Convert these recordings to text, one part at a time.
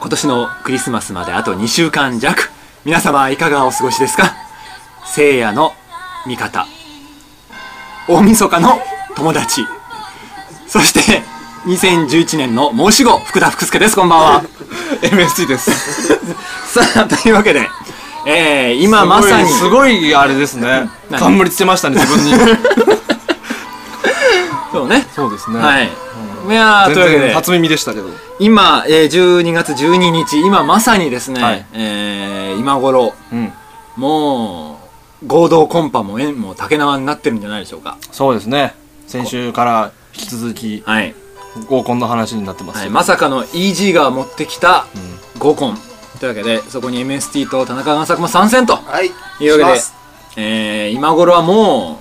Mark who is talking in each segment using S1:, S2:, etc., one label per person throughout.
S1: 今年のクリスマスまであと2週間弱皆様いかがお過ごしですか聖夜の味方大晦日の友達そして2011年の申し子福田福助ですこんばんは
S2: MST です
S1: さあというわけで、えー、今まさに
S2: すごいすごいあれですね
S1: 何
S2: 冠つけましたね自分に
S1: そうね
S2: そうですね
S1: はい、いやー
S2: 全
S1: というわけ
S2: 然
S1: で
S2: 初耳でしたけど
S1: 今、えー、12月12日今まさにですね、
S2: はい
S1: えー、今頃
S2: うん
S1: もう合同コンパも縁も竹縄になってるんじゃないでしょうか
S2: そうですね先週から引き続き
S1: はい、
S2: 合コンの話になってま
S1: は
S2: す
S1: い、
S2: よ
S1: まさかの EG が持ってきた
S2: うん
S1: 合コンというわけでそこに MST と田中贋作も参戦と
S3: はい。
S1: いうわけ
S3: します
S1: で、えー、今頃はも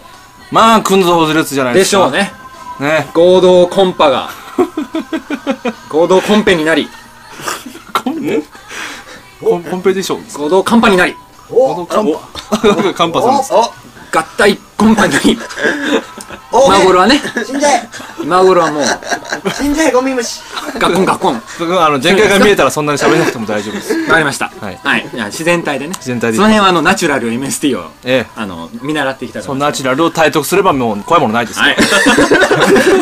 S2: まあくんずほずれつじゃな
S1: う
S2: い
S1: で
S2: で
S1: し
S2: すか
S1: ょうね
S2: ね
S1: 合同コンパが合同コンペになり
S2: コンペコンコンペでしょ
S1: 合同カンパになり
S2: このカンパ カンパするんです
S1: 合体コンパになり
S3: おお
S1: 今頃
S3: は
S1: はね
S3: 死んじゃえ
S1: 今頃はもう
S3: 死んじゃえゴミ虫
S1: ガコンガコン
S2: あの前回が見えたらそんなに喋らなくても大丈夫です
S1: わかりました。は。
S2: はいい
S1: じゃあ自然体でね。
S2: 自然体で
S1: その辺はあの、ナチュラル MST を、
S2: ええ
S1: あの、見習っていきたいと
S2: そん
S1: 思い
S2: な
S1: ま
S2: ナ
S1: す。
S2: チュラルを体得すればもう怖いものない ですよ
S1: はい。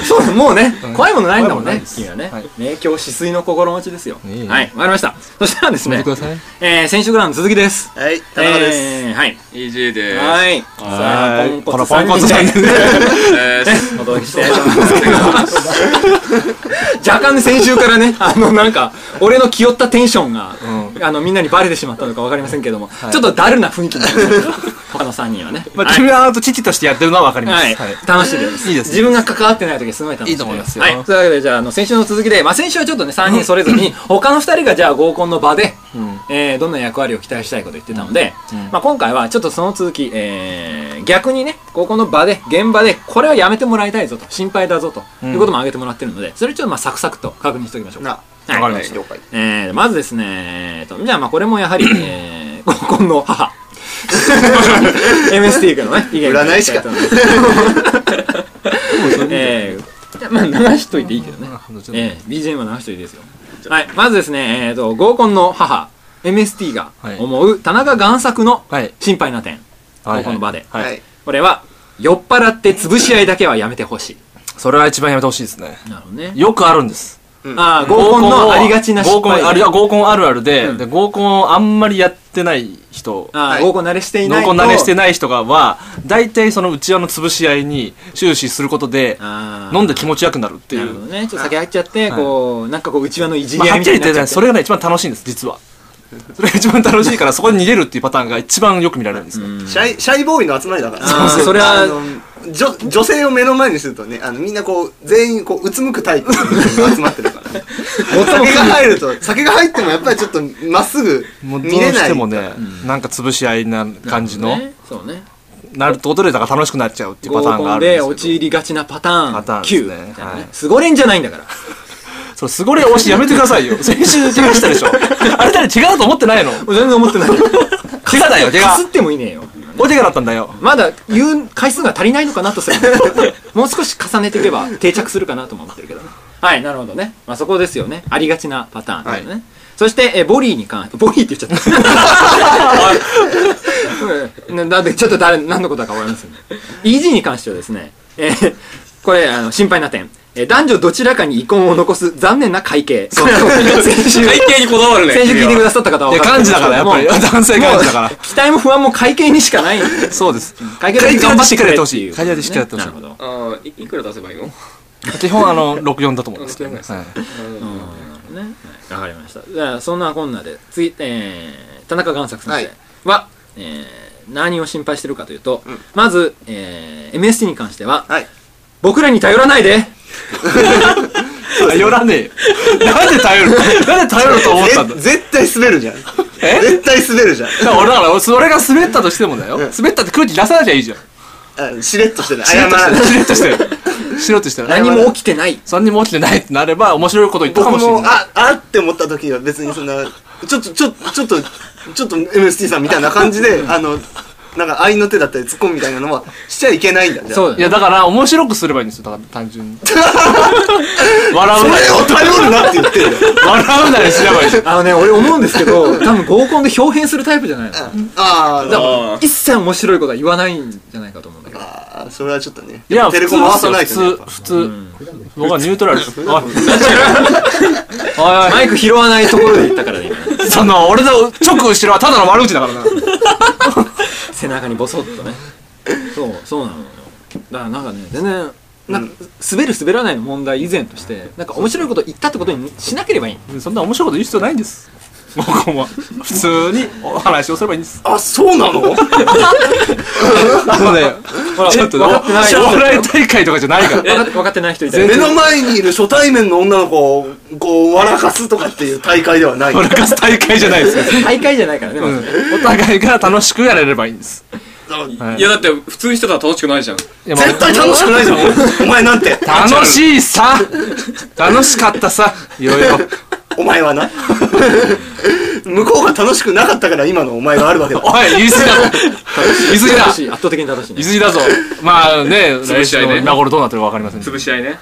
S1: そう、もうね、怖いものないんだもん
S2: 怖いものない
S1: ね
S2: で。す
S1: 君はね
S2: はい。
S1: 明鏡止水の心持ちですよ。
S2: いいね
S1: はい。わかりました。そしたらですね
S2: 見てください、
S1: えー、先週からの続きです。
S3: はい田中です
S1: えーはい。
S4: EG でー
S1: はい。さあ、ポンコ
S2: この
S1: ツ
S2: ポンコツさん
S1: 3
S2: で
S1: 人 で。
S4: す。
S1: お届けして若干ね先週から ねあのなんか俺の気負ったテンションが、あのみんなにバレてしまったのか分かりませんけども、ちょっとだるな雰囲気になりました 他の3人はね、
S2: まあ、
S1: はい
S2: 君はあなた父としてやってるのはわかります。
S1: はい、楽しいです。
S2: いいですね
S1: 自分が関わってない時すごい楽しい。
S2: いいと思いますよ
S1: はい。というわけで、じゃあ、あの、先週の続きで、まあ、先週はちょっとね、3人それぞ れに、他の2人がじゃあ合コンの場で、えーどんな役割を期待したいこと言ってたので、まあ、今回はちょっとその続き、えー逆にね、合コンの場で、現場で、これはやめてもらいたいぞと、心配だぞと、いうことも挙げてもらってるので、それちょっとまあ、サクサクと確認しておきましょうか。
S3: な
S1: はい
S2: わかりました
S3: 了解
S1: えー、まずですね、えーと、じゃあまあこれもやはり、えー、合コンの母。MST からのね、意見
S3: 占い師か
S1: と思いますえー、じゃあまあ流しといていいけどね。えー、BGM は流しといていいですよ。はい、まずですね、えーと、合コンの母、MST が思う田中贋作の
S2: はい
S1: 心配な点。
S2: はい
S1: 合コンの場で。
S2: はい
S3: はい
S1: これは、酔っ払って潰し合いだけはやめてほし
S2: それは一番やめてほしいですね。
S1: い。なるほどね。
S2: よくあるんです。
S1: ああ、合コンのありがちな失
S2: 合コン
S1: 敗。
S2: あるいや合コンあるあるで,、
S1: うん
S2: で、合コンをあんまりやってない人、
S1: あ
S3: は
S1: ー
S3: い
S1: 合コン慣れしていな
S2: 合
S1: い
S2: コン慣れして
S1: ない。
S2: ない人がは、大体その内輪の潰し合いに終始することで、
S1: あー
S2: 飲んで気持ちよくなるってい
S1: なるほど
S2: う。
S1: ね。ちょっと酒入っちゃって、
S2: はい
S1: こう、なんかこう、内輪のいじ
S2: まあ、
S1: り合
S2: はいっ
S1: み
S2: き
S1: たい
S2: り
S1: にな
S2: 言
S1: っちゃって。
S2: ってね、それがね、一番楽しいんです、実 は。それが一番楽しいから、そこに逃げるっていうパターンが一番よく見られるんですね。
S3: シャイシャイボーイの集まりだから
S1: あーそれは
S3: あのじょ女性を目の前にするとねあのみんなこう全員こううつむくタイプの人が集まってるからね酒が入ると酒が入ってもやっぱりちょっとまっすぐ
S2: もうどう
S3: 見れない
S2: してもね、なんか潰し合いな感じの、
S1: ねそうね。
S2: なるってことで、だから楽しくなっちゃうっていう
S1: 合
S2: パターンが
S1: コ
S2: あ
S1: ン
S2: るんで
S1: です
S2: け
S1: 陥りがちなパターン。
S2: パターンです
S1: 9
S2: ね
S1: みたいな
S2: は
S1: ね
S2: い。
S1: すごれんじゃないんだから。
S2: ど。それ、すごれ推しやめてくださ いよ。先週違いましたでし ょ。あれ誰違うと思ってないの
S1: もう全然思って ない。
S2: 怪我だよ、怪
S1: かす
S2: 我。
S1: ってもいねえよ。
S2: お手がだったんだよ。
S1: まだ言う回数が足りないのかなとするもう少し重ねていけば定着するかなとも思ってるけどねはいなるほどね、まあ、そこですよねありがちなパターンだよね、そしてえボリーに関ボリーって言っちゃ ったうんななんでちょっと誰何のことだか分かりませんね EG に関してはですね、えーこれあの心配な点えー男女どちらかに遺婚を残す残念な会計。 先週、
S4: 会計にこだわるね。
S1: 先週聞いてく
S4: だ
S1: ださった方はい分
S2: や、
S1: かる
S2: 漢字だから、やっぱり。男性漢字だから。
S1: 期待も不安も会計にしかないんで
S2: そうです。
S1: 会計
S2: 計だけ頑張ってくれって
S1: い
S2: いうう会計だけしっかりやってほし
S1: な
S2: い
S1: るほど。
S4: あーいいくら出せばいいの
S2: 基本、あの、64だと思うんですけど。
S4: 64です
S2: はい
S1: ね。はいわかりました。じゃあ、そんなこんなで、次、えー、田中贋作先生は、えー何を心配してるかというと、まず、えー、MST に関しては、
S3: はい
S1: 僕らに頼らないで
S2: 頼らねえよ。なんで頼るなんで頼ると思ったんだ
S3: ぜ絶対滑るじゃん
S2: え
S3: 絶対滑るじゃん
S2: だから俺だから、それが滑ったとしてもだよ。滑ったって空気出さなきゃいいじゃん。
S3: あしれっとしてない
S2: しれ
S3: 謝
S2: っとし
S3: ら
S2: て
S3: ない
S2: る。しれっとしてる。しれっとしてる。
S1: 何も起きてない
S2: そんにも起きてないってなれば面白いこと言ったか
S3: 僕
S2: もしれ
S3: も
S2: ない。
S3: ああって思った時は 別にそんなちょっとちょっとちょっとちょっと MST さんみたいな感じであのなんか、合いの手だったり、突っ込むみたいなのは、しちゃいけないんだね。
S1: そうだ
S2: い
S1: ね
S2: やだから面白くすればいいんですよだから単純 に笑うな
S3: 俺を頼るなって言って んだよ。
S2: 笑うなりすればいいですよ
S1: あのね俺思うんですけ ど多分合コンで表変するタイプじゃないの
S3: あ
S1: 多
S3: あ、
S1: 分一切面白いことは言わないんじゃないかと思うんだけど
S3: あーそれはちょっとね。
S2: いや
S3: テ
S2: 普
S3: レ
S2: 通
S3: コ回さない
S2: で
S3: と
S2: す
S3: ね。や
S2: よ
S3: っぱ
S2: 普通普通僕はニュートラルですおいおいお
S1: マイク拾わないところで言ったからね今 ね
S2: いその俺の直後ろはただの悪口だからな
S1: 背中にボソッとねそうそうなのよだからなんかね全然なんか滑る滑らないの問題以前としてなんか面白いこと言ったってことにしなければいい
S2: そんな面白いこと言う必要ないんです。僕も普通にお話をすればいいんです。
S3: あ、そうなの
S2: あのね、
S1: ほら
S2: ちょっとね、
S1: 分かってない人
S2: お笑い大会とかじゃないから。
S1: 分かって分かってない人いたら
S3: 目の前にいる初対面の女の子を、こう、笑かすとかっていう大会ではない。
S2: 笑かす大会じゃないですよ。
S1: 大会じゃないからね、
S2: う
S1: ま
S2: ん
S1: ず、
S2: お互いが楽しくやれればいいんです。はい
S4: いやだって普通にしてたら楽しくないじゃん
S2: いやまあ
S3: 絶対楽しくないじゃん、お前なんて。
S2: 楽しいさ楽しかったさいろいろ。
S3: お前はな。 向こうが楽しくなかったから今のお前があるわけだ。
S2: おい、言い過ぎだ言い過ぎだ
S1: 正しい圧倒的に正しいね
S2: 言い過ぎだぞまあね、
S4: 潰
S2: 来
S4: し合
S2: 週
S4: いね
S2: の今頃どうなってるかわかりませんけど
S4: 潰し合いね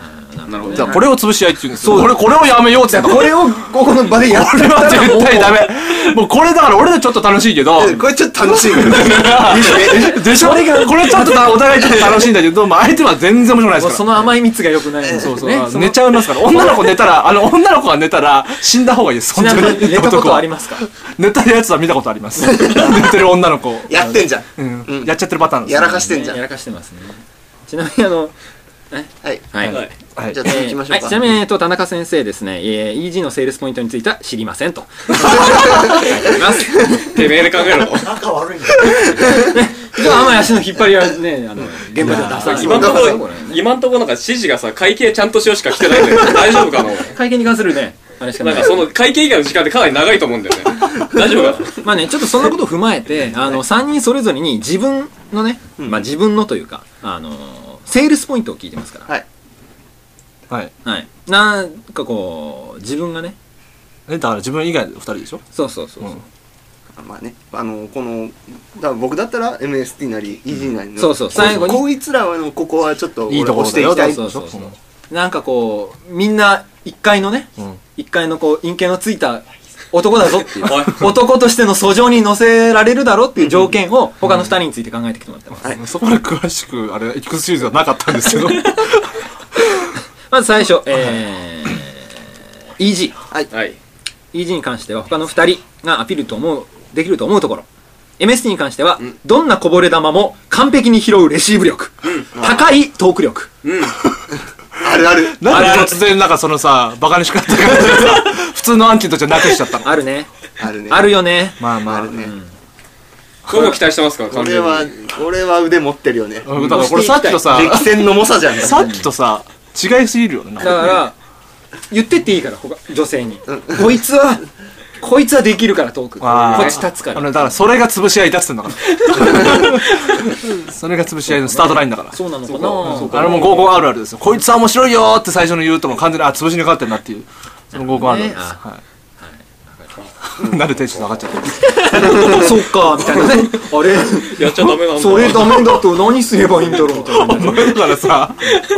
S4: なるほ
S2: だ
S4: ど
S2: から
S4: ね
S2: これを潰し合いって言うんですよ。これ、これをやめようって言ったの
S1: これをここの場でやっ
S2: これは絶対ダメ。もうこれだから俺らちょっと楽しいけど、
S3: これちょっと楽しいけど。
S2: でしょこれちょっと お互いちょっと楽しいんだけど、まあ、相手は全然面白くないで
S1: もう
S2: すか
S1: そ
S2: ら。
S1: の甘い蜜が良くないの
S2: そうそう、
S1: ね
S2: あの
S1: その
S2: 寝ちゃいますから。女の子寝たら、あの、女の子が寝たら、死んだ方がいいです。
S1: ち
S2: 本
S1: な
S2: 当
S1: み
S2: に。
S1: に寝たことはあり
S2: ま
S1: ますか
S2: す。寝てるやつは見たことあり ます。寝てる女の子。
S3: やってんじゃん。
S2: うん。やっちゃってるパターンです。
S3: やらかしてんじゃん。
S1: や
S3: は
S1: らかしてますねちなみにあの
S3: い。
S1: は
S4: はい
S2: はい
S3: じゃあ。次行きましょう
S1: は
S3: か。
S1: い、ちなみに、えっと、田中先生ですね、えー EG のセールスポイントについては知りませんと。
S4: いますてめえで考えろ
S3: 仲悪いね。
S1: じゃあ、天足の引っ張りは ね、あの、現場では出さない。
S4: 今んと
S1: 出さない
S4: こ今んとこなんか指示がさ会計ちゃんとしようしか来てないん だけど大丈夫かな俺
S1: 会見に関するね、あれしかな
S4: なん
S1: い。
S4: かその会計以外の時間ってかなり長いと思うんだよね大丈夫かな
S1: まあね、ちょっとそんなことを踏まえて、あの、3人それぞれに自分のね、まあ自分のというか、あのー、セールスポイントを聞いてますから。
S3: はい。
S2: はい。
S1: はい。なんかこう、自分がね、
S2: え、だから自分以外の二人でしょ
S1: そうそうそうそう。
S2: うん
S3: まあね、あの、この、多分僕だったら MST なり EG なりの、
S1: そうそう
S3: こ
S1: 最後に
S3: こいつらはあのここはちょっと、
S2: いいところ
S3: 押し
S2: だ
S3: てい
S2: よ
S3: きたい。
S1: そうそうそうそうなんかこう、みんな1階のね、
S2: うん。
S1: 一階のこう陰形のついた男だぞって いう
S4: おい
S1: 男としての訴状に乗せられるだろっていう条件を他の二人について考えてきてもらってます、
S2: そこまで詳しく、あれ、エキクスシリーズはなかったんですけど。
S1: まず最初えー EG
S4: はい。
S1: EG に関しては他の二人がアピールと思うできると思うところ MST に関してはどんなこぼれ球も完璧に拾うレシーブ力高いトーク力
S4: うん。
S3: あるある。
S2: なんで突然なんかそのさ、バカにしかった感じでさ、普通のアンケートじゃなくしちゃったの。
S1: あるね
S3: あるね。
S1: あるよね
S2: まあま
S3: あ
S2: あ
S3: る。ね。
S4: これも期待してますから、
S3: こ
S4: 完
S3: れ
S4: 全に。
S3: は、これは腕持ってるよね。
S2: うんだからこれさっきとさ、
S3: 激戦の猛者じゃん。
S2: さっきとさ、違いすぎるよね。なん
S1: だ
S2: か
S1: から言ってっていいから他女性にこいつはこいつはできるからトークこ
S2: あー
S1: っち立つか
S2: あ
S1: ら
S2: の、だからそれが潰し合いだっつってんだから。 それが潰し合いのスタートラインだから。
S1: そうなのかな
S2: あれも合コンあるあるですよ。こいつは面白いよーって最初に言うともう完全に、あ、潰しにかかってんなっていう。その合コンあるあるです。
S1: なる
S2: はい。なんでテンション上がっちゃったの
S1: そっかみたいなねあれ
S4: やっちゃダメなんだ。
S1: それダメだと何すればいいんだろうみたいな
S2: お前だからさ、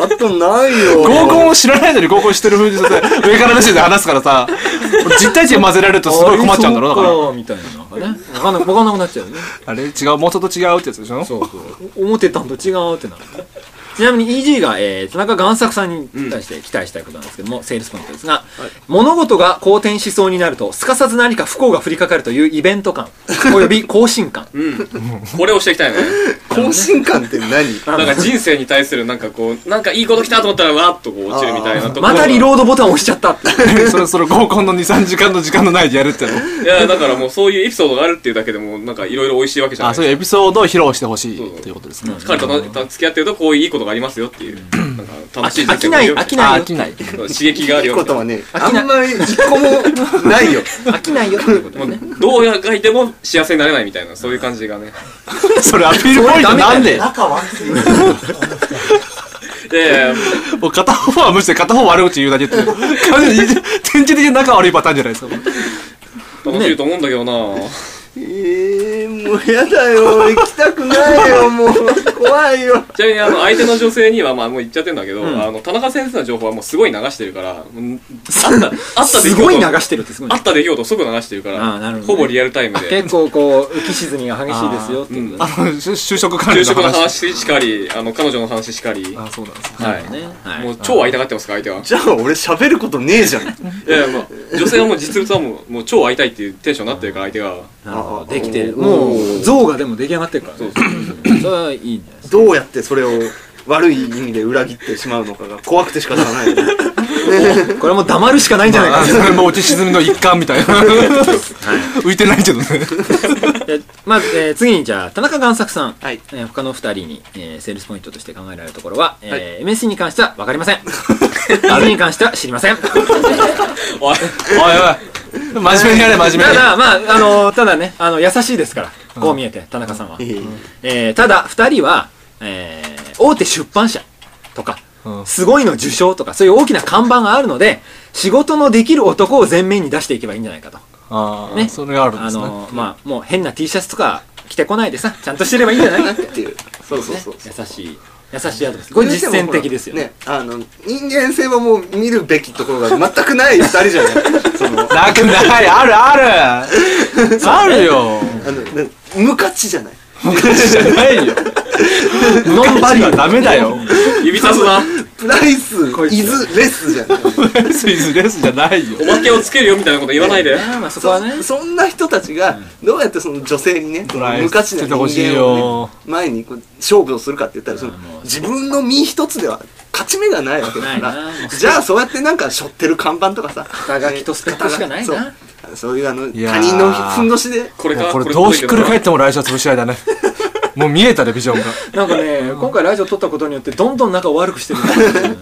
S3: あとないよ。
S2: 合コンを知らないのに合コンしてる風にさ、上から目線で話すからさ、実体値混ぜられるとすごい困っちゃうんだろ、だ
S1: あれ
S2: か
S1: そっみたいななんかね分かんな分かんなくなっちゃうよね
S2: ら。あれ違う、もうちょっと違うってやつでしょ
S1: そうそう思ってたんと違うってなるちなみに EG が、えー、田中贋作さんに対して期待したいことなんですけども、セールスポイントですが、物事が好転しそうになると、すかさず何か不幸が降りかかるというイベント 感、および更新感。
S4: うん。これをしていきたいね。
S3: 懇親感って何
S4: なんか人生に対する、なんかこう、なんかいいこと来たと思ったら、わーっとこう落ちるみたいなところが
S1: またリロードボタン押しちゃった って。
S2: そろそろ合コンの2、3時間の時間のないでやるっての。
S4: いや、だからもうそういうエピソードがあるっていうだけでも、なんかいろいろ美味しいわけじゃな
S2: あ、
S4: い
S2: そう
S4: で
S2: いうエ
S4: す
S2: ピソードを披露してほしいということですね。
S4: か。彼との付き合ってると、こういういいことがありますよっていう。なんか楽しい人
S1: 飽
S4: 生
S1: き
S4: が
S1: ないい、
S4: るよ
S1: 飽き
S2: あ
S1: ない
S2: 飽
S1: よ
S2: き。ない。
S4: 刺激がある
S3: いい
S4: よ。
S3: ことはね、あんまり一個もないよ。
S1: 飽きないよっていうこと
S4: も
S1: でね。
S4: うどう書いても幸せになれないみたいな、そういう感じがね。
S2: それアピールポイントなんで
S4: で、
S2: もう片方は無視で片方悪口言うだけっていう。完全に典型的に仲悪いパターンじゃないですか。
S4: 楽しいと思うんだけどな
S3: えー、もうやだよ行きたくないよもう怖いよ
S4: ちなみにあの相手の女性にはまあもう言っちゃってるんだけど、
S1: ん
S4: あの田中先生の情報はもうすごい流してるから、うんあったあった出
S1: す
S4: 来事
S1: ごい流してるってすごい
S4: あった出来事をすぐ流してるか
S1: あーな
S4: ら
S1: るほどね
S4: ほぼリアルタイムで
S1: 結構こう浮き沈みが激しいですよっていうこと
S2: あの就就職関
S4: 就
S2: 連の
S4: 職の
S2: 話
S4: 話しかりあの彼女の話しかり
S2: あそうなんです
S4: は
S1: だ
S4: い、
S1: ねはい
S4: もう超会いたがってますから相手は
S3: じゃあ俺喋ることねえじゃん
S4: いやいやもう女性はもう実物はもうもう超会いたいっていうテンションになってるから相手が
S1: なるほどできてる
S3: お
S1: も
S3: ー
S1: う像がでも出来上がってるから
S4: そう
S1: ね
S4: そう
S1: うん それはいいんじゃないですか
S3: どうやってそれを悪い意味で裏切ってしまうのかが怖くて仕方がない
S1: これはもう黙るしかないんじゃないか
S2: あ
S1: な
S2: それも落ち沈みの一環みたいな浮いてないけどね
S1: でまず、えー次にじゃあ田中贋作さん、
S3: はい
S1: えー他の2人に、えーセールスポイントとして考えられるところは、えー MSC に関しては分かりません RV に関しては知りません
S2: おいおい
S4: おい
S2: 真面目にやれ真面目
S1: た
S2: に
S1: だまああのただねあの優しいですからこう見えて田中さんは、えーただ2人は、えー大手出版社とか
S2: うん
S1: すごいの受賞とかそういう大きな看板があるので仕事のできる男を前面に出していけばいいんじゃないかと
S2: ああ
S1: ね
S2: それがあるん
S1: あ
S2: ですね
S1: のまあもう変な T シャツとか着てこないでさちゃんとしてればいいんじゃないかって
S3: っていうそうそうそう
S1: 優しい優しいアドバイスこれ実践的ですよね
S3: ねあの人間性はもう見るべきところが 全くない二人じゃないその
S2: なくないあるあるあるよ
S3: あのね無価値じゃない
S2: 昔じゃないよ
S1: ノンバリュー
S2: ダメだよ
S4: 指さすな
S3: プライスイズレスじゃない
S2: スイズレスじゃないよ
S4: おまけをつけるよみたいなこと言わないで
S1: まあそこはね
S3: そそんな人たちがどうやってその女性にねその
S2: ライス
S3: 無価値な人
S2: つけてほしい
S3: 間を
S2: よ
S3: ね前にこう勝負をするかって言ったらその自分の身一つでは勝ち目がないわけだか
S1: ないな
S3: らじゃあそうやってなんか背負ってる看板とかさ
S1: 肩書きとスペックしかないな
S3: そうあのそういうあの
S2: やー
S3: 他人のふんどしで
S4: これ
S2: も
S4: か
S2: うこれどうひっくり返
S4: っ
S2: っても来週は潰し合いだねもう見えたねビジョンが
S1: なんかね今回ラジオ撮ったことによってどんどん仲を悪くしてるんですよね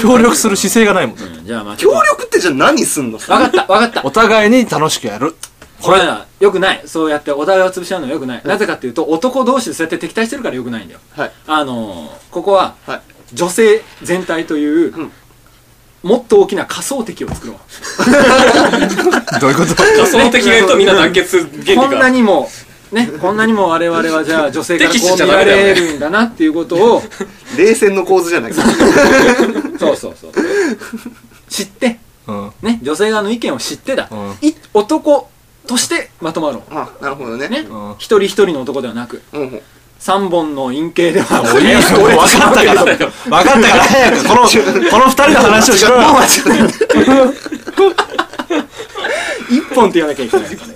S2: 協力する姿勢がないもん
S1: うんじゃあまあ
S3: 協力ってじゃあ何すんの
S1: 分かった分かった
S2: お互いに楽しくやる
S1: これはよくないそうやってお互いを潰し合うのはよくないなぜかっていうと男同士でそうやって敵対してるからよくないんだよ
S3: はい
S1: あのーここは
S3: はい
S1: 女性全体というんもっと大きな仮想敵を作ろう
S2: どういうこと
S4: 仮想的がいるとみんな団結原理
S1: こんな
S4: か
S1: にもねこんなにも我々はじゃあ女性からこ
S4: 敵視し
S1: う
S4: ちゃ
S1: 見
S4: ダ
S1: ら
S4: メだよ
S1: れ
S4: ね
S1: るんだなっていう ことを
S3: 冷戦の構図じゃないか
S1: そうそうそう知って
S2: うん
S1: ね女性側の意見を知ってだ、
S2: うん
S1: い男としてまとまろ
S3: あなるほどね
S1: うね、
S2: うん
S1: 一人一人の男ではなく
S3: うんうん
S1: 三本の陰茎ではな
S2: もういいよ分かったから分かったから早くこのこの二人の話をしろよ
S1: 一本って言わなきゃいけないからね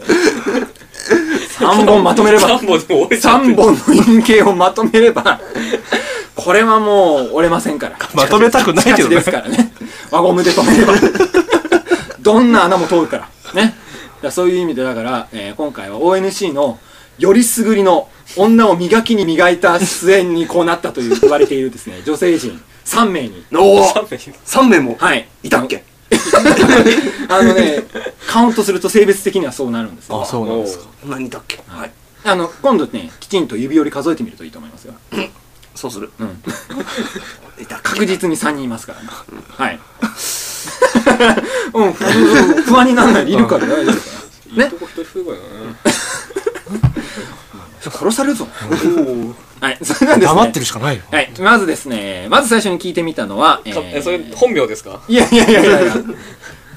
S1: 三本まとめれば
S4: 3本でも折れちゃって
S1: 三本の陰茎をまとめればこれはもう折れませんから
S2: まとめたくないけど
S1: で
S2: ね
S1: すからね輪ゴムで止めればどんな穴も通るからねだからそういう意味でだから、えー今回は ONC のよりすぐりの女を磨きに磨いた末にこうなったという言われている ですね女性陣3名に
S3: おお
S4: 3
S3: 3名も
S1: はい
S3: いたっけ
S1: あのねカウントすると性別的にはそうなるんですよ
S2: あそうなんですか
S3: 何いたっけはい
S1: あの今度ねきちんと指折り数えてみるといいと思いますよ
S3: そうする
S1: ん
S3: いたっけ
S1: 確実に3人いますからねはいうんふふ不安にならないでいるから大丈夫か
S4: いいとこ一人すごいよね
S1: な殺されるぞはいそれなんですね
S2: 黙ってるしかないよ
S1: はい、まずですね、まず最初に聞いてみたのは、え
S4: か
S1: ー
S4: えそれ本名ですか
S1: いやいやいやいやいや、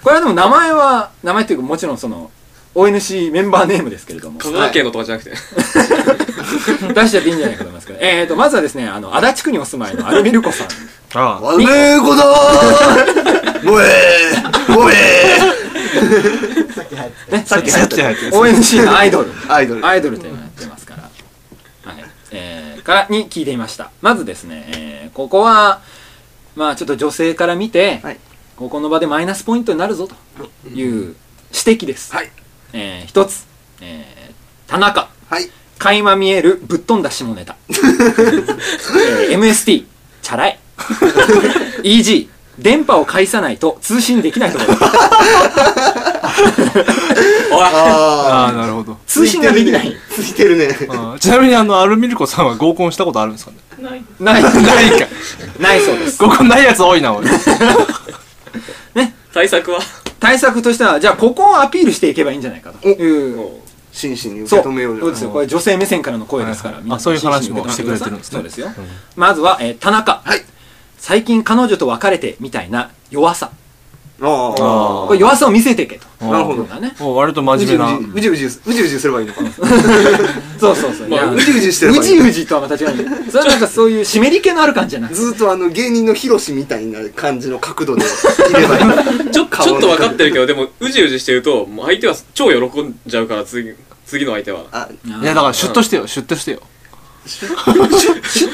S1: これはでも名前は、名前っていうかもちろんその、ONC メンバーネームですけれども、
S4: 香川県のとかじゃなくて
S1: 出しちゃっていいんじゃないかと思いますけど、えーと、まずはですね、あの、足立区にお住まいのアルミルコさん。
S2: あ
S3: わうめえ子だーもえーもえ
S1: ね、さっ
S2: あさっき入って
S1: ONC のアイドル。
S3: ーアイドル
S1: アイドルというのをやってますから。はい。えー、から、に聞いていました。まずですね、えーここは、まあちょっと女性から見て、
S3: はい
S1: ここの場でマイナスポイントになるぞという指摘です。
S3: はい
S1: えー一つ、えー田中、
S3: はい
S1: 垣間見えるぶっ飛んだ下 ネタ。えー MST、チャ ラい。EG、電波を介さないと通信できないところ。
S3: あ
S2: あーなるほど
S1: 通信ができない。
S3: ついてるね
S2: あーちなみにあのアルミルコさんは合コンしたことあるんですかね
S1: ない、
S2: ないか
S1: ないそうです。
S2: 合コンないやつ多いな俺
S4: 対策は
S1: 対策としては、じゃあここをアピールしていけばいいんじゃないかという
S3: 真摯に受
S1: そ
S3: け
S1: う
S3: 止めようじゃ
S1: そうですよこれ女性目線からの声ですから、
S2: はい
S1: みんな
S2: あそういう話も
S1: 真摯に受
S2: してくれてるんですね
S1: そうですよ、まずは、えー田中、
S3: はい
S1: 最近彼女と別れてみたいな弱さ
S3: ああ
S2: あー
S1: これ弱さを見せてけと
S2: あー
S3: なるほど
S1: だね
S2: もう割と真
S3: うじ
S2: 面目
S3: う
S2: な
S3: じうじうじうじうじすればいいのか な
S1: そうそうそう、
S4: まあ
S1: いや
S3: うじうじしてればいうい
S1: じうじとはまた違うそれはなんかそういう湿り気のある感じじゃない
S3: ずっとあの芸人のヒロシみたいな感じの角度でいればいい
S4: ちょちょっと分かってるけどでもうじうじしてるともう相手は超喜んじゃうから次次の相手は
S3: あ
S2: いやだからシュッとしてよシュッとしてよ
S1: シュッ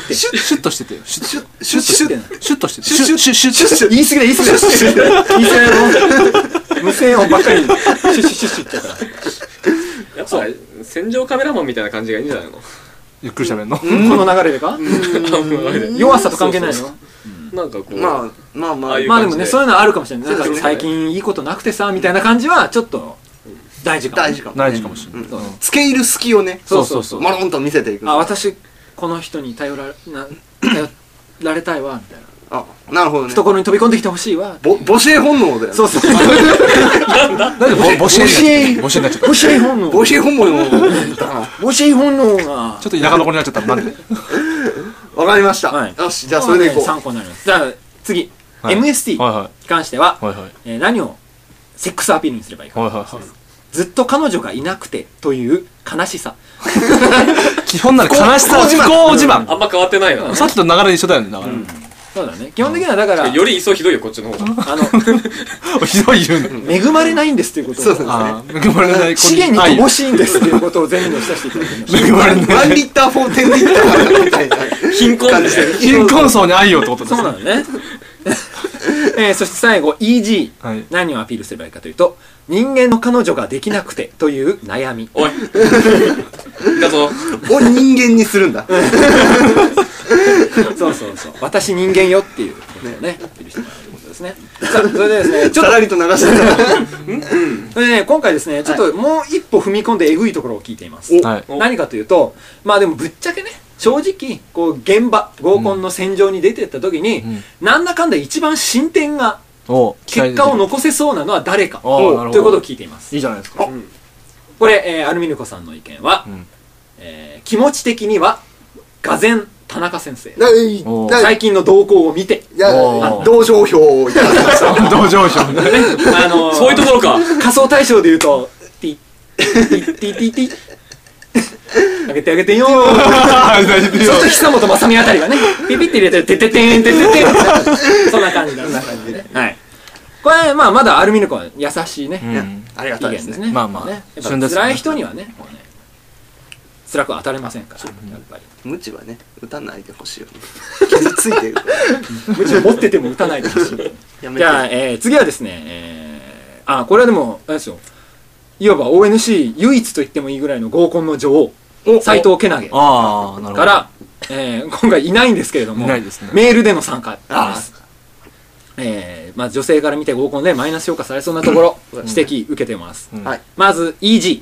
S1: て
S2: シュッシュッとしててよシュッ
S3: シュッシュッシュッ
S2: シュッとしててシュッシュッシュッシュッ
S3: シュッ
S1: 言い過ぎだ言い過ぎだ言い過ぎだ無線音ばっかりシュッシュッシュッシュッってから
S4: やっぱ戦場カメラマンみたいな感じがいいんじゃないの
S2: ゆっくり喋んの
S1: この流れでか弱さと関係ないの
S4: なんかこう、
S3: まあまあま
S4: あ
S3: あ
S4: あいう
S1: まあでもねそういうのはあるかもしれないなんか
S3: そうですね
S1: 最近いいことなくてさみたいな感じはちょっと大事かも
S3: 大事かも
S2: 大事かもしれない
S1: そうね
S3: つけ入る隙をね
S1: そうそうそう
S3: マロンと見せていく
S1: あ私この人に頼らな頼られたいわみたいな
S3: あなるほどね
S1: 懐に飛び込んできてほしいわ
S3: ぼ母性本能だよね
S1: そうそう
S2: なんでぼ母子園になっちゃった母子園になっちゃった
S1: ご支援本能
S3: 母性本能 だな
S1: ご支援本能が
S2: ちょっと田舎の子になっちゃったらなんで
S3: わかりまし
S1: は
S3: た
S1: い
S3: よしじゃあそれでいこ
S1: 参
S3: う
S1: 考になりますじゃあ次
S2: はい
S1: MST
S2: はいは
S1: に関してはい
S2: はいはい
S1: えー何をセックスアピールにすればいいか
S2: はいはいは
S1: ずっと彼女がいなくてという悲しさ
S2: い基本なんか悲しさ
S3: 不幸
S2: 不幸自慢
S4: あんま変わってないな、
S2: さっきと流れ一緒だよねだから
S1: そうだね基本的にはだから
S4: より一層ひどいよこっちの方 が
S1: あの
S2: ひどい言うの
S1: 恵まれないんですということ
S3: そう
S1: を
S2: ああ恵まれない子
S1: 資
S2: に
S1: 源に
S2: 愛
S1: 乏しいんですということを全部にさせていただきまし
S2: 恵まれな
S3: 1
S2: い
S3: リッター4 10リッターみたいな
S4: 貧困
S3: 感
S4: み
S3: じ
S4: たい
S3: で
S4: な
S2: 貧困層に愛をってことで
S1: た
S2: す
S1: そう
S2: ね
S1: なの ねえーそして最後 EG
S2: はい
S1: 何をアピールすればいいかというと人間の彼女ができなくてという悩み
S4: おいだぞ
S3: を人間にするんだ
S1: そうそうそう私人間よっていうことをねアピールしてもらうということですねさあそれでです ねち
S3: さ
S1: ょっと
S3: らりと流してた
S1: それでね今回ですねちょっともう一歩踏み込んでえぐいところを聞いています
S3: お
S2: はい
S4: お
S1: 何かというとまあでもぶっちゃけね正直こう現場合コンの戦場に出てった時に、
S2: ん
S1: なんだかんだ一番進展が
S2: お期待
S1: 結
S2: できる
S1: 果を残せそうなのは誰か
S2: あーなるほど
S1: ということを聞いています
S2: いいじゃないですか
S1: これ、えーアルミルコさんの意見は、
S2: ん
S1: えー気持ち的にはがぜ田中先生
S3: なない
S2: お
S3: ない
S1: 最近の動向を見て、
S3: いや
S2: おー
S3: 同情票をいただきました
S2: 同情者
S1: ねあのー
S4: そういうところか
S1: 仮想大賞で言うと、ティッ、ティッ、ティッ、ティッ、ティッ。あげてあげてよー。ちょっと久本雅美あたりがね、ピピって入れて、てててん、てててん。そんな感じなんですね。はい。これ、まあ、まだアルミヌコは優しいね、
S3: ありが
S1: 意
S3: たい
S1: 見
S3: で
S1: ですす
S3: ね
S1: ね。
S2: まあまあ
S1: ねやっぱ
S2: 旬ですね
S1: 辛い人にはね、こうね、辛くは当たれませんから、やっぱり。
S3: 無知はね打たないでほしいよね傷ついてるから
S1: むしろ持ってても打たないでほ しい。
S3: や
S1: じ
S3: めて
S1: ゃあ、えー次はですね、えーあ、これはでも、あれですよ。いわば ONC 唯一と言ってもいいぐらいの合コンの女王、斎藤けなげか
S2: ああなるほど
S1: ら、えー今回いないんですけれども、
S2: いないですね
S1: メールでの参加です。えーまず女性から見て合コンでマイナス評価されそうなところ、指摘受けてます。
S2: うん
S3: はい
S1: まず EG、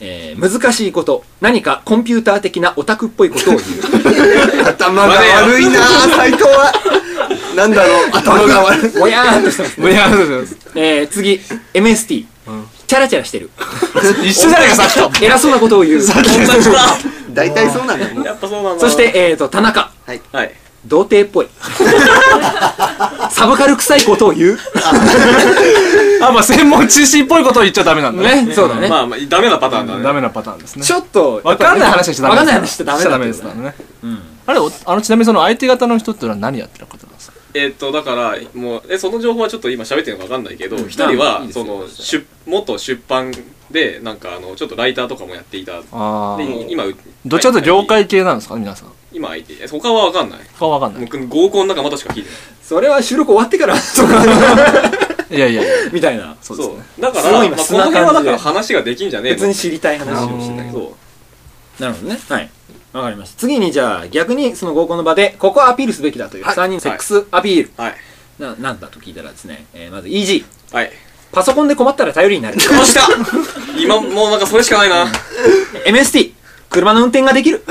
S1: えー難しいこと、何かコンピューター的なオタクっぽいことを言う。
S3: 頭が悪いな斎藤はなんだろう頭が悪い
S1: ぼやーっとしてます。
S2: いやそうです
S1: えー次、MST、チャラチャラしてる。
S2: 一緒じゃないかさっ きと
S1: 偉そうなことを言う。
S4: 同じ だ
S3: 大体そうなんだよもう
S4: やっぱそうなんだ
S1: そして、えっ、と、田中、
S4: はい
S1: 童貞っ ぽい。サブカル臭いことを言う。
S2: あまあ専門知識っぽいことを言っちゃダメなんだ
S1: ね、そうだね。
S4: まあまあダメなパターンだね
S2: ダメなパターンですね
S1: ちょっと、
S2: わかんない話はしちゃダメ
S1: わかんない話しちゃダメだ
S2: ですからねあれおあのちなみにその相手方の人ってのは何やってる方なんですか
S4: えっとだからもうえその情報はちょっと今喋ってるのか分かんないけど一
S1: まあ
S4: 人
S1: いい
S4: は
S1: です
S4: そ
S1: よ
S4: の出元出版でなんかあのちょっとライターとかもやっていたで
S2: ああ
S4: 今
S2: どっちかというと業界系なんですかね皆さん
S4: 今 IT え他は分かんない
S2: 他は分かんない
S4: 僕合コンの仲間としか聞いてない
S1: それは収録終わってから、とか、
S2: いやいやいや
S1: みたいな。
S2: そうです
S4: そ
S2: ね
S4: うだか
S1: す
S4: ら、ま
S1: ご
S4: あ、
S1: い
S4: こ
S1: 今
S4: の
S1: 素な感じ
S4: 辺
S1: で
S4: はだから話ができんじゃねえ
S1: 別
S4: の
S1: に知りたい話をしてたけど。
S4: そ
S1: なるほどね。はい。わかりました。次にじゃあ、逆にその合コンの場で、ここはアピールすべきだという、
S3: はい
S1: 3人セックスアピール、
S4: うはい
S1: な、なんだと聞いたらですね、えーまず EG、
S4: はい
S1: パソコンで困ったら頼りになる。
S4: どうした今もうなんかそれしかないな
S1: MST、車の運転ができる。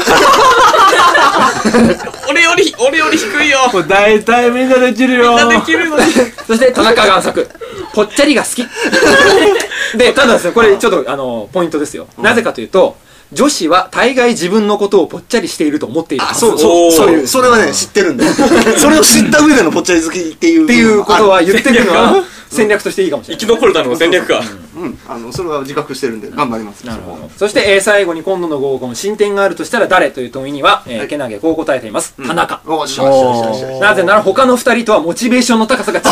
S4: 俺より俺より低いよ
S2: これ大体みんなできるよ
S4: みんなできるのに
S1: そして田中贋作ぽっちゃりが好きで、ただですね、これちょっと、あの、ポイントですよ。なぜかというと、女子は大概自分のことをぽっちゃりしていると思っているはず。
S3: そう、そ
S4: おー
S3: う、そう、それはね、知ってるんだよ。 それを知った上でのぽっちゃり好きっていう。っ
S1: っていうことは言ってるの
S4: 戦
S1: は戦略としていいかもしれ
S4: 生
S1: ない。
S4: き残るための戦略か。
S3: うん、あの、それは自覚してるんで、頑張ります。
S1: なるほど。そして、えー最後に今度の合コン、進展があるとしたら誰という問いには、えーけなげこう答えています。田中。
S3: おーしよしよしよしよし。
S1: なぜなら他の二人とはモチベーションの高さが違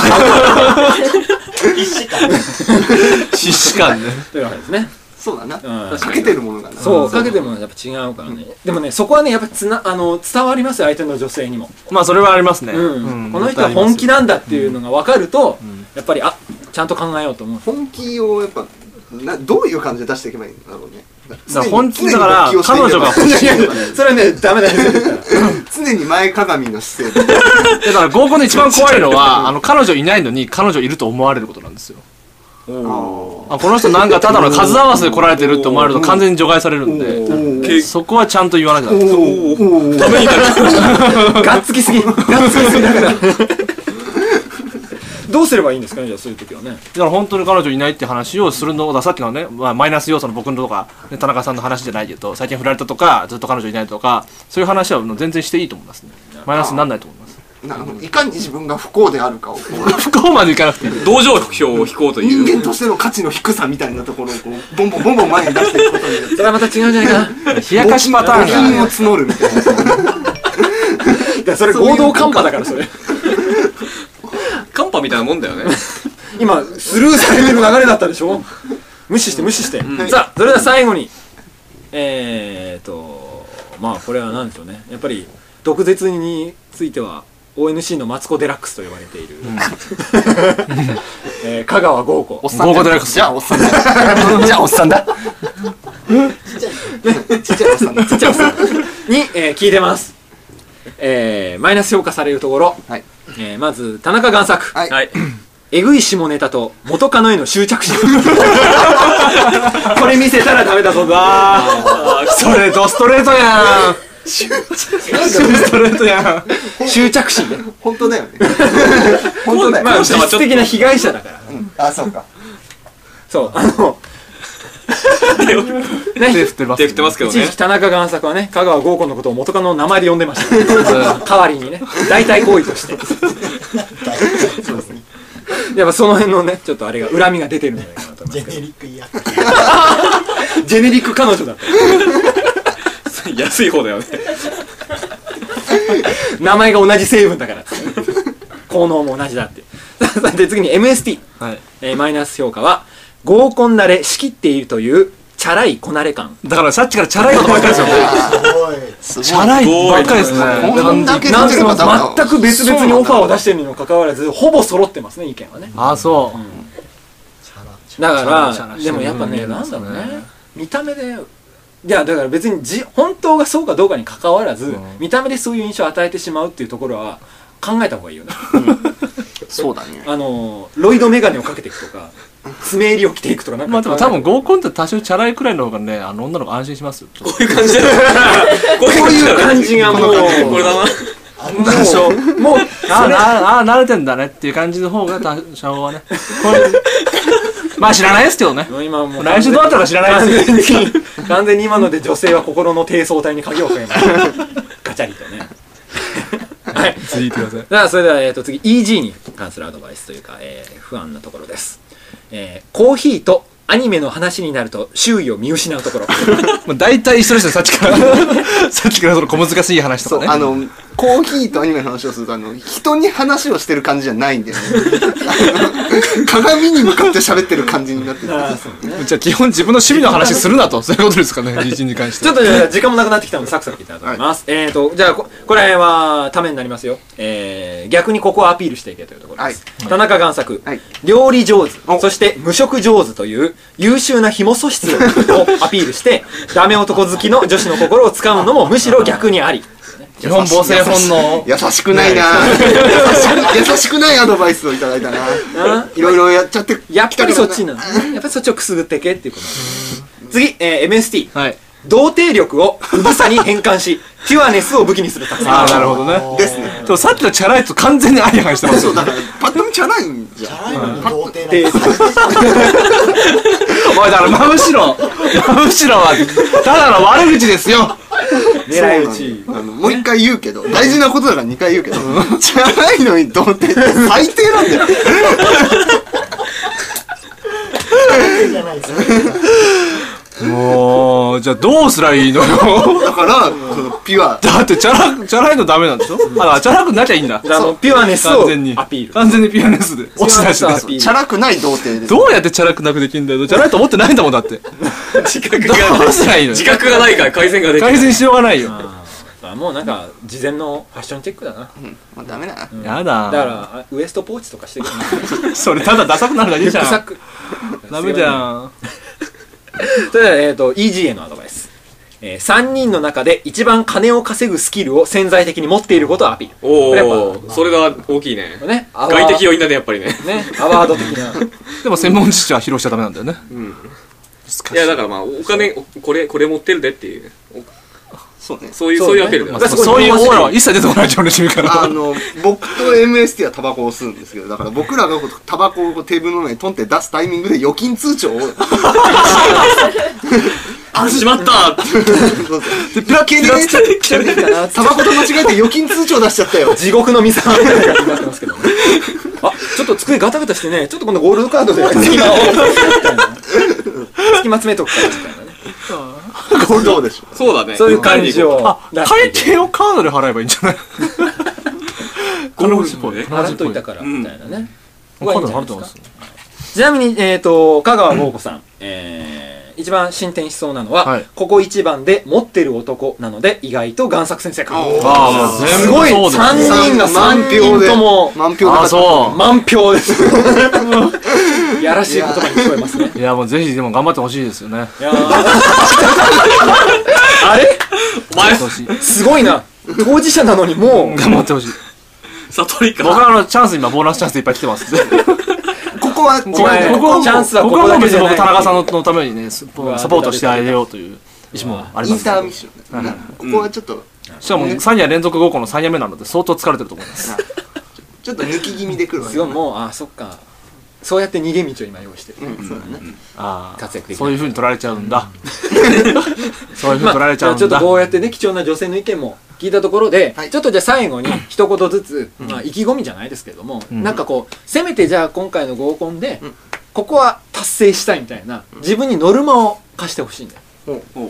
S2: 必 死感ね。
S1: うというわけですね。
S3: そうだな。
S1: うん
S3: かけてるものがな。
S1: そう、かけてもやっぱ違うからね。でもね、そこはね、やっぱつな、あの、伝わりますよ、相手の女性にも。
S2: まあ、それはありますね。
S1: うん
S2: うん
S1: この人は本気
S2: だ。
S1: なんだっていうのが分かると、やっぱり、あ、ちゃんと考えようと思う。
S3: 本気をやっぱ、などういう感じで出していけばいいんだろうね。
S2: さあ本気だから
S3: 常に常に勃起
S1: い
S2: 彼
S3: をしていけば
S1: やいやそれはね、ダメだよ。
S3: 常に前かがみの姿勢で。
S2: だから合コンで一番怖いのは、あの、彼女いないのに彼女いると思われることなんですよ。あこの人なんかただの数合わせで来られてるって思われると完全に除外されるんで、
S4: け
S2: そこはちゃんと言わなきゃダメです。
S4: ためになる。
S1: がっつきすぎ。がっつきすぎだから。どうすればいいんですかね、じゃあそういう時はね。
S2: だから本当に彼女いないって話をするのがさっきのね、まあ、マイナス要素の僕のとか、ね田中さんの話じゃないけど最近振られたとかずっと彼女いないとかそういう話はもう全然していいと思いますねマイナスにならないと思います
S3: なるほどいかに自分が不幸であるかをこう
S2: 不幸までいかなくていい
S4: 同情票を引こうと
S3: 人
S4: いう。
S3: 間としての価値の低さみたいなところをこうボンボンボンボン前に出していくことによって
S1: それはまた違うんじゃないかな。
S2: 冷やかしパターンがある
S3: 募金を募るみたいな
S1: それ合同カンパだから、それ。
S4: カンパみたいなもんだよね。
S1: 今、スルーされてる流れだったでしょ無視して、無視して。さあ、それでは最後に。えーと、まあ、これは何でしょうね。やっぱり、毒舌については、ONC のマツコ・デラックスと呼ばれている、 えー香川豪子。
S2: さん合コンデラックス
S3: じゃあおっさんだじゃあおっさんだちっちゃいおっさんだ
S1: ちっちゃいおっさん に、えー聞いてます。えーマイナス評価されるところ、
S3: はい
S1: えーまず、田中贋作。
S3: はい
S4: はい。
S1: えぐい下ネタと元カノへの執着心。これ見せたらダメだぞ。
S2: あ
S4: あ
S2: ーそれドストレートやんドストレートやん
S1: 執着心ね。
S3: 本当だよね本当だよ
S1: まあ、
S4: こう
S1: 実
S4: したらちょ
S1: 質
S4: っと
S1: 的な被害者だから。
S3: あそうか
S1: そう、あの、
S4: ー手を
S2: 手
S1: ね。
S2: 振ってます
S4: 手振ってますけど
S1: 一時
S4: ね
S1: 期。田中贋作はね、香川豪子のことを元カノの名前で呼んでました、 代わりにね、代替行為として。そうですねやっぱその辺のね、ちょっとあれが、恨みが出てるんじゃないかなと思いますけ
S5: リックいや
S1: ど。ジェネリック彼女だった。
S4: 安い方だよね。
S1: 名前が同じ成分だからっつって。効能も同じだって。 さあで、次に MST。
S2: はい
S1: えーマイナス評価は、合コン慣れ、仕切っているという、チャラいこなれ感。
S2: だからさっきからチャラいことばっかりですよ
S5: すごい
S2: チャラいばっかりですね
S3: こんだけ
S1: なん
S3: 出て
S1: で
S3: ればダメだ
S1: 全く別々にオファーを出してるにもかかわらず、ほぼ揃ってますね、意見はね。
S2: ああそう、
S1: だ
S2: チャ
S1: か
S2: ラ
S1: ら、
S2: チャラして
S1: で
S2: る
S1: もやっぱね、
S2: うん
S1: なんだろう
S2: そうね
S1: ね。見た目で、いや、だから別にじ、本当がそうかどうかに関わらず、見た目でそういう印象を与えてしまうっていうところは、考えた方がいいよ ね。
S3: そうだね
S1: あの、ロイドメガネをかけていくとか、爪襟を着ていくとか、なんか。
S2: まあでも多分合コンって多少チャラいくらいの方がねあの女の子安心しますよ
S4: こういう感じだよ。こう
S1: こういう感じがもう、
S4: これだな。
S1: もう、もう、
S2: ああああ慣れてんだねっていう感じの方が 多少はねこれまあ知らないですけどね
S1: もう今もう
S2: 来週どうなったか知らないです
S1: 完全に完全に今ので女性は心の低層体に鍵をかけま したガチャリとねはい
S2: 次行ってください
S1: じゃあそれでは、えー、と次 EG に関するアドバイスというか、えー不安なところです、えーコーヒーとアニメの話になると周囲を見失うところ
S2: まあ大体一緒ですよさっきから さっきからその小難しい話
S3: そ
S2: と
S3: う、
S2: かね
S3: あの、コーヒーとアニメの話をすると、あの、人に話をしてる感じじゃないんだよね。あの鏡に向かって喋ってる感じになってる。
S2: じゃあ基本自分の趣味の話するな とそういうことですかね友人に関して
S1: ちょっとじゃあ時間もなくなってきたのでサクサクいきたいと思います、えー、とじゃあここれはためになりますよ、えー逆にここをアピールしていけというところです、田中贋作、
S3: はい
S1: 料理上手そして無職上手という優秀な紐素質をアピール してダメ男好きの女子の心を掴むのもむしろ逆にあ り
S2: 基本母性本能
S3: 優しくないな 優しく優しくないアドバイスをいただいたな。いろいろやっちゃって
S1: やっぱりそっち
S3: な。
S1: なのねやっぱりそっちをくすぐってけっていうことなんです次、えー MST
S2: はい
S1: 童貞力をうぶさに変換しピュアネスを武器にする作戦
S2: ああなるほどね
S3: ですね。
S2: でもさっきのチャラいと完全に相反してます
S3: そう、
S2: よ
S3: だから、パッと見チャラいんじゃん。
S5: 辛いのに童貞
S3: 定 義
S2: おいだから真後ろ真後ろはただの悪口ですよ
S1: 狙い撃ち
S3: あのもう一回言うけど大事なことだから二回言うけどじゃないのに童貞って最低なんだよ
S5: じゃないですよ
S2: もうじゃあどうすりゃいいのよ
S3: だからそのピュア
S2: だってチャラチャラいのダメなんでしょあチャラくなきゃいいんだ
S1: だからもうピュアネスを
S2: 完全に
S1: アピール
S2: 完全にピアネス で落ちたし
S1: ピュアネスをアピー
S2: ね
S1: ル
S3: チャラくない童貞です
S2: どうやってチャラくなくできるんだよチャラいと思ってないんだもんだって
S4: 自覚
S2: どう
S4: が
S2: すりゃいいの
S4: 自
S2: よ
S4: 覚がないから改善ができる
S2: 改善しようがないよ
S1: あもうなんか事前のファッションチェックだな
S3: もうダメだな
S2: やだ
S1: だからあウエストポーチとかしてくる
S2: それただダサくなるだけ
S1: リュ
S2: じ
S1: ッ
S2: ゃ
S1: クサッ
S2: ん
S1: ク
S2: ダメじゃん
S1: それではえっ、と EG へのアドバイス、えー、3人の中で一番金を稼ぐスキルを潜在的に持っていることをアピール
S4: お
S1: やっ
S4: おそれが大きいね
S1: ぱねアワー
S4: 外的要因だねやっぱりね
S1: ねアワード的な
S2: でも専門知識は披露しちゃダメなんだよね
S4: いやだからまあお金おこれこれ持ってるでっていう
S3: そうね
S4: そういう
S1: そう
S4: そういうアピールだ
S2: ま
S4: よ
S2: あそそういうオーラは一切出てこないじゃん俺君から
S3: あの僕と MST はタバコを吸うんですけどだから僕らがこうタバコをこうテーブルの上にトンって出すタイミングで預金通帳を
S4: あしまった
S3: でピラケンでねタバコと間違えて預金通帳出しちゃったよ
S1: 地獄のミサみたいな感じになってますけどねあちょっと机ガタガタしてねちょっと今度ゴールドカードで 隙間をみたいな隙間詰めとくからみたいなね
S3: これどうでしょ
S4: そうだね
S1: そういう感じを出して
S2: 会計をカードで払えばいいんじゃないゴルフボール
S1: 払っといたからみたいなね、
S2: カードで払ってます
S1: ちなみに、えっ、と、香川豪子さん、えー、一番進展しそうなのは、
S2: はい
S1: ここ一番で持ってる男なので、意外と贋作先生か。
S2: ああ
S1: すごい
S2: そうだ
S1: !3
S2: ね
S1: 人が3人とも、
S3: 満票で
S2: ああそ
S1: 満票です。やらしい言葉に聞こえますね。
S2: ういやもうぜひでも頑張ってほしいですよね
S1: いやー あれ
S4: お前
S2: 頑張ってほしい
S1: すごいな。当事者なのにも
S2: 頑張ってほしい
S4: 悟り
S2: 僕
S4: か
S2: はあのチャンス今ボーナスチャンスいっぱい来てます
S3: ここは
S1: お前
S3: 違う
S1: チャンスはここ
S2: 僕はもう別に
S1: だけ
S2: 僕
S1: じゃ
S2: 田
S1: ない
S2: 中さんののためにねサポ
S1: わ
S2: サポートしてあげようという意思もあり
S3: イ
S2: ま
S3: ン
S2: す
S3: ターミッションねここはちょっと
S2: しかも3夜連続合コンの3夜目なので相当疲れてると思います
S3: ちょっと抜き気味で来る
S1: う、
S3: わ
S1: すごい、もう、あ、そっか。そうやって逃げ道を今用意してる。
S3: うんそうだね
S2: ああ
S1: 活躍できない
S2: そういうふうに取られちゃうんだ そういうふうに取られち
S1: じ
S2: ゃ
S1: ゃあ
S2: うん
S1: ちょっと
S2: だ
S1: こうやってね貴重な女性の意見も聞いたところで、
S3: はい
S1: ちょっとじゃあ最後に一言ずつ、まあ、意気込みじゃないですけども、
S2: ん
S1: なんかこうせめてじゃあ今回の合コンで、ここは達成したいみたいな自分にノルマを課してほしいんだよ
S3: おうおう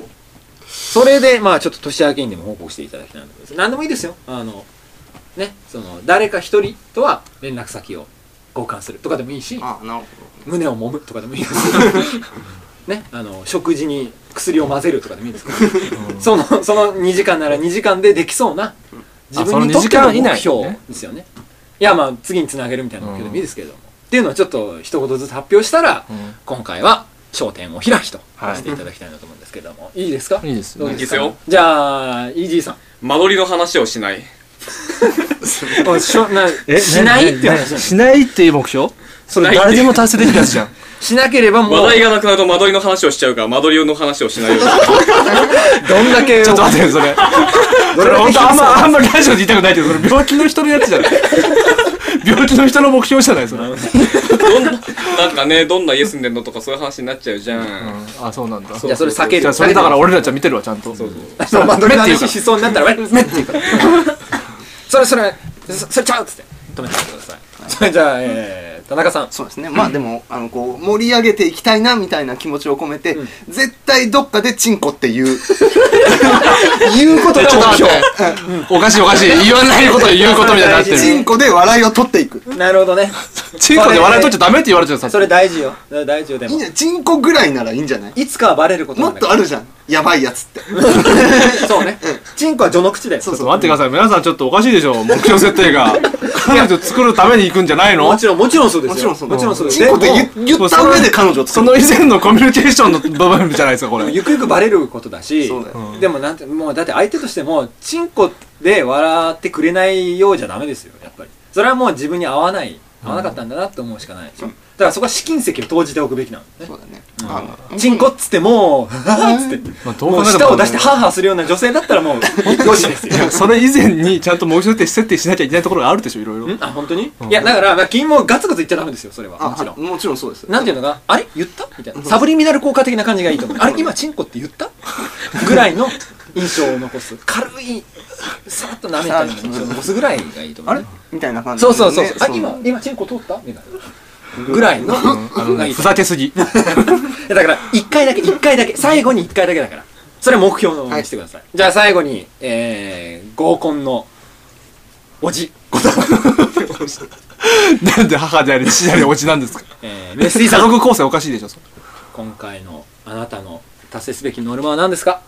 S1: それでまあちょっと年明けにでも報告していただきたいんだけど何でもいいですよあのねその誰か一人とは連絡先を交換するとかでもいいし
S3: あなるほ
S1: 胸を揉むとかでもいい です。ね、あの食事に薬を混ぜるとかでもいいですから、そのその2時間なら2時間でできそうな自分にとって
S2: その
S1: の
S2: 2時間以内ね
S1: 目標ですよねいやまあ次につなげるみたいな目標でもいいですけれども、っていうのをちょっと一言ずつ発表したら、
S2: うん
S1: 今回は焦点を開きと
S2: はい
S1: していただきたいなと思うんですけれども、い、いですか
S2: いいです
S1: ど
S2: よ
S1: う
S2: ね
S1: ですか
S4: いいですよ
S1: じゃあイージーさん
S4: 間取りの話をしない
S1: おいしょな
S2: え
S1: しないっていう話なんです
S2: しないっていう目標それ
S4: しないって
S2: 誰でも達成できるやつじゃん
S1: しなければもう
S4: 話題がなくなると間取りの話をしちゃうから間取りの話をし ないよう に
S1: どんだけ
S2: ちょっと待って それそれ本当あんまあんまりラジオで言いたくないけどそれ病気の人のやつじゃない 病気の人の目標じゃないそれ
S4: どんななんかねどんな家住んでんのとかそういう話になっちゃうじゃん、
S2: あそうなんだ
S1: いやそれ避ける
S2: じゃあそれだから俺らじゃ見てるわちゃんと
S1: その目っていう話しそうになった ら「め」って言うからそれそれそそれちゃうっつって止めてください、それじゃあ、えー、田中さん
S3: そうですねまあでもあのこう盛り上げていきたいなみたいな気持ちを込めて絶対どっかでチンコっていう
S1: 言うことが目標
S2: おかしいおかしい言わないことを言うことみたいになって
S3: チン
S2: る
S3: コで笑いを取っていく
S1: なるほどね
S2: チンコで笑い取っちゃダメって言われちゃうさ
S1: それ大事よそれ大事よで
S3: いいん
S1: も
S3: じゃないチンコぐらいならいいんじゃない
S1: いつかはバレること
S3: も
S1: なん
S3: っ
S1: だ
S3: とあるじゃんやばいやつって
S1: とそうねチンコは序の口だよ
S3: そう
S2: ちょっと
S3: そう
S2: 待ってください皆さんちょっとおかしいでしょ目標設定が彼女作るために行くんじゃないの
S1: もちろんもちろんそうですよ
S3: もちろんそう
S1: もちろんそうです
S3: チンコって
S1: でも
S3: 言言った上で彼女を
S2: そ
S3: 作る
S2: の以前のコミュニケーションの部分じゃないですかこれ
S1: ゆくゆくバレることだし
S3: そうだよ
S1: でもなんてもうだって相手としてもチンコで笑ってくれないようじゃダメですよやっぱりそれはもう自分に合わない合わなかったんだなって思うしかないでしょだからそこは試金石を投じておくべきなんですね
S3: そうだね
S2: あ
S3: あの
S1: チンコっつってもう、はぁっつって、
S2: まあ、どう
S1: も
S2: 考
S1: う
S2: えて
S1: 舌
S2: も
S1: を出してハーハーするような女性だったらもう、本当にですよ。
S2: いやそれ以前にちゃんともう一度設定しなきゃいけないところがあるでしょいろいろ
S1: んあ、本当にいや、だから、まあ君もガツガツ言っちゃダメですよ、それは。もちろ
S3: あ
S1: ん。
S3: もちろんそうです
S1: なんていうのか、あれ言ったみたいな。サブリミナル効果的な感じがいいと思う。あれ今チンコって言ったぐらいの印象を残す。軽い、さらっと舐めたような印象を残すぐらいがいいと思う。
S3: あれみたいな感じ
S1: そうそうそう
S3: ね。
S1: あ、今、今チンコ通ったみたいな。ぐらいの、
S2: あの
S1: がい
S2: ね
S1: い
S2: ふざけすぎ
S1: いやだから、一回だけ、一回だけ、最後に一回だけだから。それは目標のものにしてください。じゃあ最後に、えー、合コンの、おじ、こと、
S2: なんで母であり父でありおじなんですか
S1: えー、メスリー
S2: 家
S1: さん。
S2: 族構成おかしいでしょそれ
S1: 今回の、あなたの達成すべきノルマは何ですか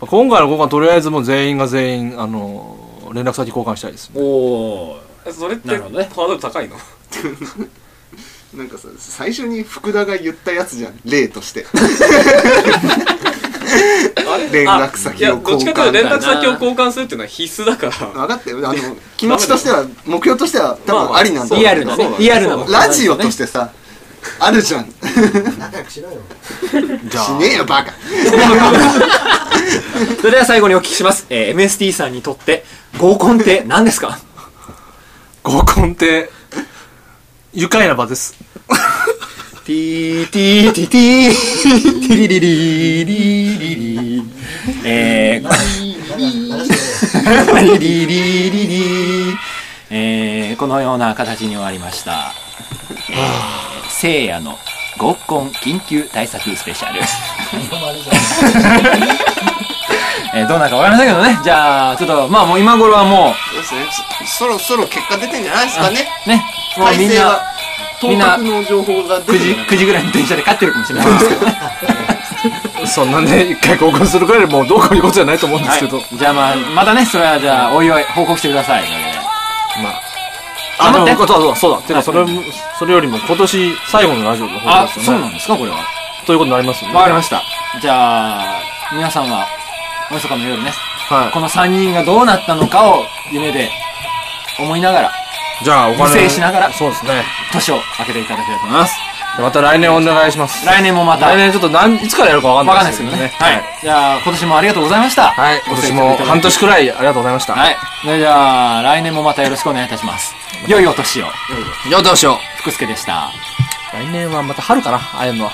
S2: 今回の交換とりあえずもう全員が全員あの連絡先交換したいですね
S1: おー。
S4: それって
S1: な
S4: ハ
S1: るほ
S4: ー
S1: どね
S4: ドル高いの
S3: なんかさ最初に福田が言ったやつじゃん例として
S4: あれ
S3: 連絡先を
S4: いやどっちかというと連
S3: 交換
S4: 絡先を交換するっていうのは必須だから
S3: 分かったよあの気持ちとしては目標としては多分ありなんだ
S1: リアルなね
S4: そうだ。ね
S1: リアルなもの
S3: ラジオとしてさあるじゃんし
S5: 仲良くしろよ。
S3: ねえよバカ
S1: それでは最後にお聞きします。えー、MST さんにとって、合コンって何ですか
S2: 合コンって愉快な場です
S1: ティーティーティーティー、ティリリリリリリえ
S5: 流
S1: ー、
S5: して
S1: リリリリリえー、このような形に終わりました。えー、聖夜の合コン緊急対策スペシャ
S5: く
S1: ル。
S5: れよ。もうあれじゃん。
S1: えー、どうなるかわかりませんけどね。じゃあ、ちょっと、まあもう今頃はも
S3: そうですねそそろそろ結果出てんじゃないですかね
S1: う、ね、もう
S3: 体
S1: みん
S3: 制
S1: な
S3: は、
S1: みん
S3: 当
S1: な
S3: 確の情報が出
S1: 9時
S3: てる、
S1: 9時ぐらいの電車で帰ってるかもしれないですけど。
S2: そんな ね一回合コンするくらいでもうどうこういうことじゃないと思うんですけど、
S1: はい、じゃあまあ、またね、それはじゃあ、おいおい報告してください。ということで
S2: まああ
S1: 頑張
S2: の
S1: って
S2: そうそうそうだて
S1: は
S2: か
S1: い
S2: それもそれよりも今年最後のラジオの方
S1: あ、
S2: です
S1: そ
S2: よ
S1: う
S2: ね
S1: なんですか、これは。
S2: ということになりますよね
S1: わかりました。じゃあ、皆さんは、おみそかの夜ね、
S2: は
S1: この3人がどうなったのかを夢で思いながら
S2: いじゃあお金
S1: 無制しながら
S2: そうですね
S1: 年を明けていただければと思います
S2: また来年お願いしま す
S1: 来年もまた
S2: 来
S1: わ
S2: 年ちょっと何いつからやるかわ
S1: か
S2: かん
S1: んな
S2: ないい
S1: で
S2: で
S1: け
S2: すすけ
S1: ど
S2: ど
S1: ね
S2: ね
S1: はいじゃあ今年もありがとうございました
S2: はい、今年も半年くらいありがとうございました
S1: はいそれじゃあ来年もまたよろしくお願いいたします良いお年を
S2: よどうしよう
S1: 福助でした
S2: 来年はまた春かなああいうのは